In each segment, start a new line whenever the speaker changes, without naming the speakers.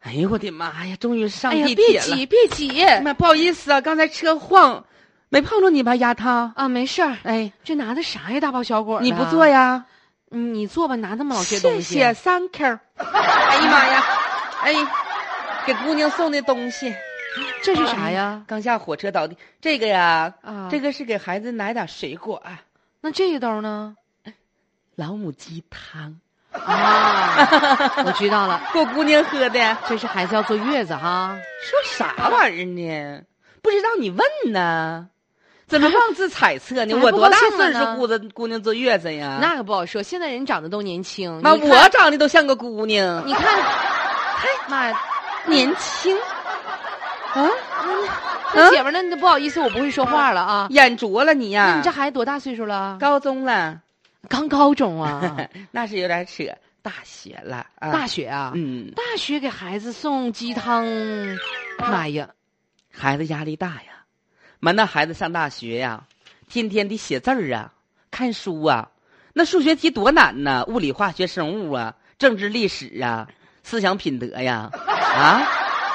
哎呦我的妈呀！终于上
哎呀，
地
别
铁了。
挤，别挤
妈，不好意思啊，刚才车晃，没碰着你吧，丫头？
啊，没事儿。
哎，
这拿的啥呀，大包小裹的？
你不坐呀？
嗯，你坐吧，拿那么老些
谢
东西。
谢，thank you。哎 呀妈呀！哎，给姑娘送的东西。
这是啥哎呀？
刚下火车倒地，这个呀，
啊，
这个是给孩子奶点水果啊，
那这一兜呢？
老母鸡汤，
啊，我知道了，
给我姑娘喝的。
这是孩子要坐月子哈。
说啥玩意儿呢？不知道你问呢，怎么妄自揣测呢？
咋还
我
不
多大
高兴了
岁数
呢
姑子姑娘坐月子呀？
啊那可不好说，现在人长得都年轻。
妈，
你看
我长得都像个姑娘，
你看，嗨妈呀，
年轻啊，
那姐们儿呢？那不好意思，我不会说话了啊。
眼拙了你呀、
那你这孩子多大岁数了？
高中了，
刚高中啊，
那是有点扯，大学了啊，
大学 啊，
嗯，
大学给孩子送鸡汤，妈呀，
孩子压力大呀，满那孩子上大学呀，天天得写字儿啊，看书啊，那数学题多难呐，物理、化学、生物啊，政治、历史啊，思想品德呀，啊，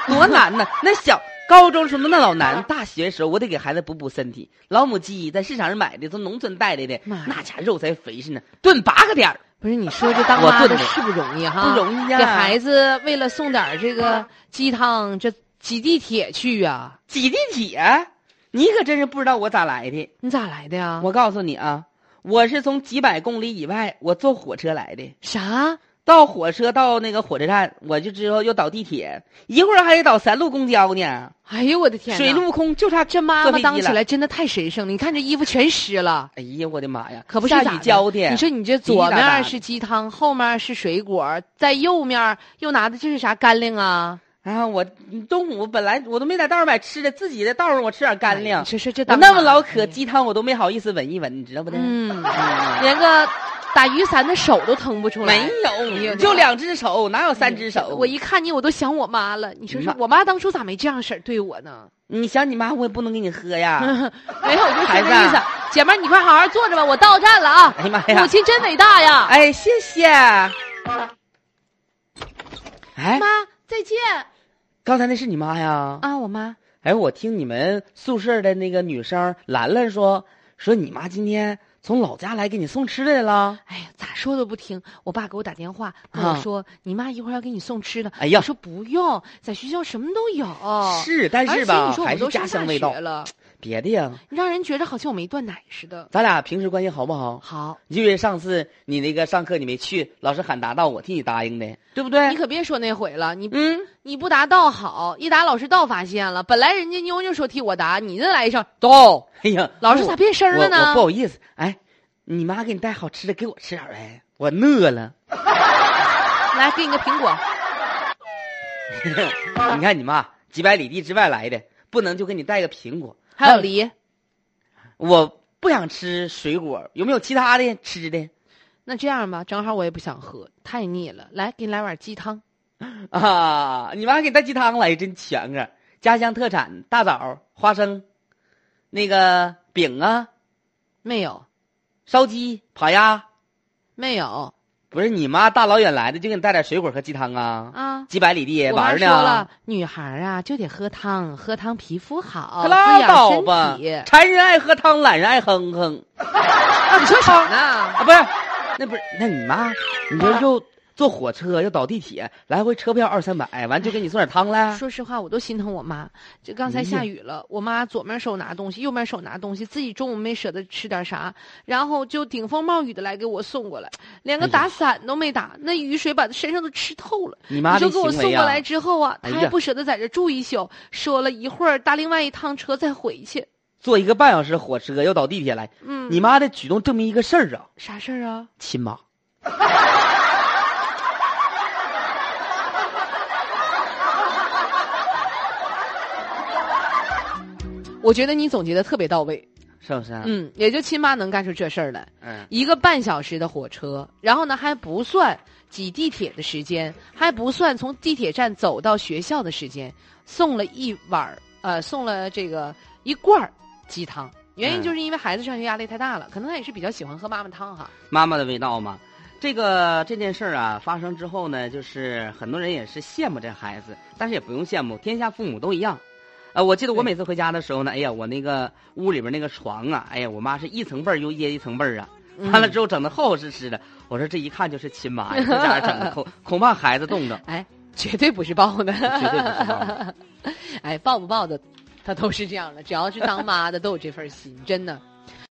多难呐！那小高中时候那老难，大学的时候我得给孩子补补身体。老母鸡在市场上买的，从农村带来的，
妈呀
那家肉才肥实呢，炖八个点儿
不是你说这当
我
妈
炖
的
的
是不容易哈，
不容易呀、
啊给孩子为了送点儿这个鸡汤，这挤地铁去啊呀、
挤地铁，你可真是不知道我咋来的。
你咋来的呀？
我告诉你啊，我是从几百公里以外，我坐火车来的。
啥？
到火车到那个火车站，我就之后又倒地铁，一会儿还得倒三路公交呢，
哎呦我的天哪！
水陆空就差
这妈
坐
妈
飞
当
机
起
了
来真的太神圣了，你看这衣服全湿了。
哎呀，我的妈呀！
可不是
下
咋
雨
的
浇的。
你说你这左
滴滴答答
面
的
是鸡汤，后面是水果，在右面又拿的这是啥干粮啊？
啊，我嗯中午本来我都没在道上买吃的，自己在道上我吃点干粮。
这是这
我
当
那
妈
么老
哎的
渴，鸡汤我都没好意思闻一闻，你知道不呢？
嗯，
嗯
连个打雨伞的手都腾不出来。
没
哎
有，
呦
就两只手，哪有三只手？
我一看你，我都想我妈了。你说说
妈，
我妈当初咋没这样式儿对我呢？
你想你妈，我也不能给你喝
嗯
呀。
没有，我就
啊
说
孩
这
子啊
意思。姐妹儿，你快好好坐着吧，我到站了啊！
哎呀妈
母
呀！
亲真伟大呀！
哎，谢谢。哎，
妈，再见
刚才那是你妈呀？
啊！我妈，
哎，我听你们宿舍的那个女生兰兰说，说你妈今天从老家来给你送吃的来了。
哎呀，咋说都不听。我爸给我打电话跟
啊
我说，你妈一会儿要给你送吃的。
哎呀
我，说不用，在学校什么都有。
是，但
哦而
是
且
吧，
你说
还
我
是
都
家
上
乡
大
味
学
道。
了，
别的呀，
让人觉着好像我没断奶似的。
咱俩平时关系好不好？
好，
因为上次你那个上课你没去，老师喊达到，我替你答应的，对不对？
你可别说那回了，你
嗯，
你不答倒好，一答老师倒发现了。本来人家妞妞说替我答，你这来一声
到。哎呀，
老师
我
咋变声
我
了
我
呢
不？好意思，哎，你妈给你带好吃的，给我吃点儿呗，我饿了。
来，给你个苹果。
你看你妈几百里地之外来的，不能就给你带个苹果。
还有梨，
我不想吃水果，有没有其他的吃的
那这样吧，正好我也不想喝，太腻了。来，给你来碗鸡汤。
啊？你妈给你带鸡汤来，真全啊！家乡特产大枣、花生，那个饼啊，
没有，
烧鸡、烤鸭。
没有
不是你妈大老远来的，就给你带点水果和鸡汤啊？
啊。
几百里地
我妈
玩
说
呢
了，，女孩儿啊就得喝汤，喝汤皮肤好，
可拉
呃滋养
倒吧
身体！
馋人爱喝汤，懒人爱哼哼。
你说啥呢？
啊，不是，那不是，那你妈，你说
啊
又坐火车又倒地铁，来回车票二三百，完就给你送点汤来。
说实话，我都心疼我妈。这刚才下雨了，我妈左面手拿东西，右面手拿东西，自己中午没舍得吃点啥，然后就顶风冒雨的来给我送过来，连个
哎呀
打伞都没打，那雨水把她身上都吃透了。
你妈
你
这
说给我
行
送
为
过来
呀，
之后啊，
哎
他
呀
还不舍得在这住一宿，说了一会儿搭另外一趟车再回去。
坐一个半小时火车又倒地铁来，
嗯，
你妈的举动证明一个事儿啊，
啥事儿啊？
亲妈。
我觉得你总结的特别到位。
是不是？啊
嗯，也就亲妈能干出这事儿来。
嗯，
一个半小时的火车，然后呢还不算挤地铁的时间，还不算从地铁站走到学校的时间，送了一碗儿，呃，送了这个一罐儿鸡汤。原因
嗯
就是因为孩子上学压力太大了，可能他也是比较喜欢喝妈妈汤哈。
妈妈的味道嘛。这个这件事儿啊发生之后呢，就是很多人也是羡慕这孩子，但是也不用羡慕，天下父母都一样。呃，我记得我
对
每次回家的时候呢，哎呀，我那个屋里边那个床啊，哎呀，我妈是一层被儿又掖一层被儿啊，完了
嗯
之后整的厚厚实实的。我说这一看就是亲妈呀，这家伙整的恐恐怕孩子冻着，
哎绝对不是抱的，
绝对不是抱的。
哎，抱不抱的，他都是这样的。只要是当妈的，都有这份心，真的。